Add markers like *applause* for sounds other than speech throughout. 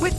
With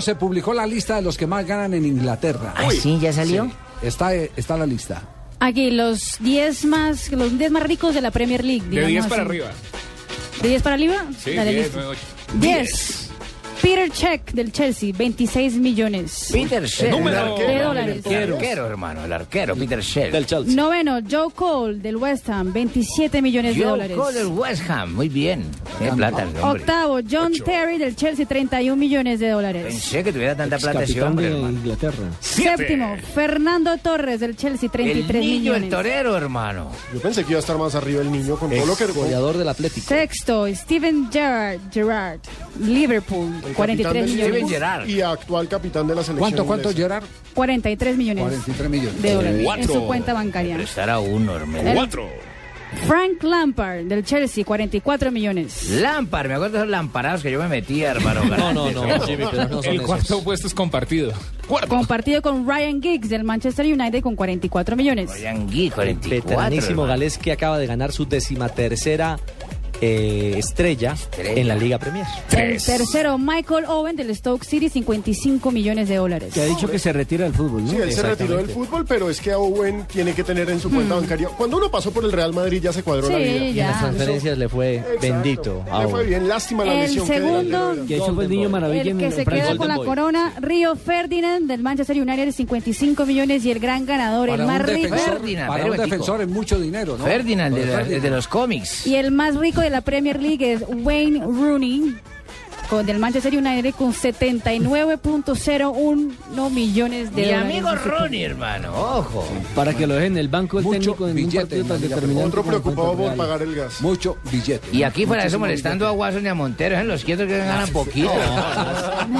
Se publicó la lista de los que más ganan en Inglaterra. ¿Ah, sí? ¿Ya salió? Está, eh, está la lista. Aquí, los 10 más, los 10 más ricos de la Premier League. De digamos 10 para así. arriba. ¿De 10 para arriba? Sí, Dale, 10, listo. 9, 8. 10. Peter Check del Chelsea, 26 millones. Peter Shell. número. el De arquero. dólares. El arquero, hermano, el arquero, Peter Shell. Del Noveno, Joe Cole del West Ham, 27 millones de Joe dólares. Cole, el West Ham. Muy bien. Tiene plata el hombre. Octavo, John Terry del Chelsea, 31 millones de dólares. Pensé que tuviera tanta plata ese hombre, hermano. Inglaterra. Séptimo, Fernando Torres del Chelsea, El 33 niño, el millones. torero, hermano. Yo pensé que iba a estar más arriba el niño con todo lo que Goleador del Atlético. Sexto, Steven Gerrard, Gerrard, Liverpool, 43 capitán del Steven millones. Gerrard. y actual capitán de la selección. ¿Cuánto, cuánto, inglesa. Gerard? 43 millones 43 millones. de dólares en Cuatro. su cuenta bancaria. Prestará uno, hermano. 4. Frank Lampard del Chelsea, 44 millones. Lampar, me acuerdo de esos lamparados que yo me metía, hermano. No, no, no, El cuarto puesto es compartido. Compartido con Ryan Giggs del Manchester United con 44 millones. Brian Gui, 44. veteranísimo hermano. galés que acaba de ganar su decimatercera eh, estrella, Estrella. en la Liga Premier. El tercero, Michael Owen del Stoke City, 55 millones de dólares. Que ha dicho que se retira del fútbol, ¿no? Sí, él se retiró del fútbol, pero es que a Owen tiene que tener en su cuenta bancaria. Cuando uno pasó por el Real Madrid ya se cuadró la vida. Hmm. Sí, Y en las ya. transferencias le fue Exacto. bendito. a Le fue Owen. bien, lástima la El lesión. que segundo- delantero Que era. eso fue el niño maravilla El que en se queda con la corona, Río Ferdinand del Manchester United, 55 millones. Y el gran ganador, el más rico. defensor. Ferdinand, para un pero, tico. defensor es mucho dinero, ¿no? Ferdinand, de, la- Ferdinand. de los cómics. Y el más rico de la Premier League es Wayne Rooney con, del Manchester United con 79.01 millones de Mi dólares. amigo Ronnie, hermano, ojo. Para que lo dejen en el banco el Mucho técnico en un billete, partido tan María. determinante. Otro como preocupado contra por Real. pagar el gas. Mucho billete. Y aquí fuera de eso molestando a Watson y a Montero, en los quietos que ganan poquito. Ten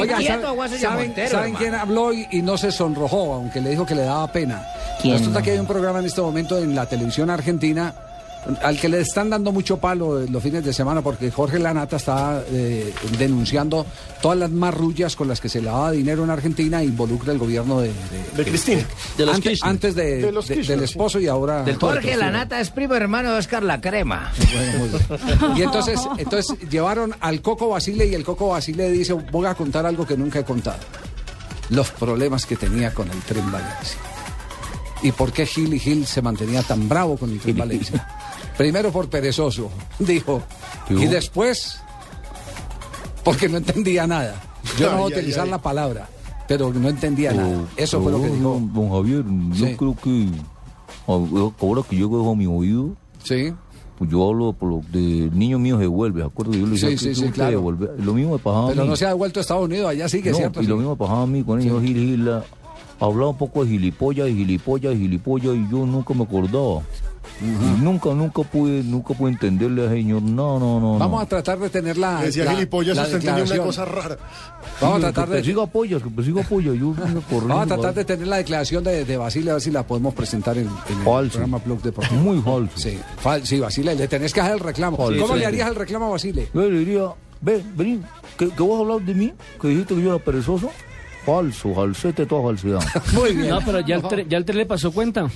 Oiga, Ah, quieto a ¿saben- Watson y a ¿saben, Montero, saben hermano. quién habló y, y no se sonrojó, aunque le dijo que le daba pena? ¿Quién? Resulta que hay un programa en este momento en la televisión argentina al que le están dando mucho palo eh, los fines de semana porque Jorge Lanata está eh, denunciando todas las marrullas con las que se lavaba dinero en Argentina e involucra el gobierno de... de- De Cristina. antes antes de- De los de- Kirchner, del sí. esposo y ahora... Jorge Lanata es primo hermano de Oscar La Crema. Bueno, muy bien. Y entonces, entonces llevaron al Coco Basile y el Coco Basile dice, voy a contar algo que nunca he contado. Los problemas que tenía con el Tren Valencia. ¿Y por qué Gil y Gil se mantenía tan bravo con el Tren Valencia? Primero por perezoso, dijo. Y después, porque no entendía nada. Yo no voy a Ay, ay, utilizar ay. la palabra, pero no entendía Uh, nada. Uh, Eso fue lo que dijo. Don Javier, Sí. yo creo que a- ahora que yo cojo mi oído, Sí, pues yo hablo por lo de niño mío se vuelve, ¿de acuerdo? Yo le decía Sí, que sí, tú sí, te claro. devolver- Lo mismo me pasaba a pero mí. no se ha vuelto a Estados Unidos, allá sí que No, cierto. y lo sí. mismo me pasaba a mí con ellos, Gil, Gil, ah, hablaba un poco de gilipollas y gilipollas y gilipollas y yo nunca me acordaba. Y nunca, nunca pude, nunca pude entenderle al señor, no, no, no. Vamos no. a tratar de tener la. Decía la- gilipollas, la usted entendía una declaración. cosa rara. Vamos a Que tratar de. persiga pollas, que persiga pollas, yo nunca corrí. Vamos a tratar de tener la declaración de, de Basile, a ver si la podemos presentar en, en el Falso. programa Blog Deportivo. Muy falso. Sí, fal- sí, Basile, le tenés que hacer el reclamo. Falso. ¿Cómo Sí, le sí. harías el reclamo a *laughs* Basile? Yo le diría, ve, vení, que, que vos hablabas de mí, que dijiste que yo era perezoso. Falso, falsete, toda falsedad. *laughs* Muy bien. No, pero ya el, tre- ya el tren le pasó cuenta.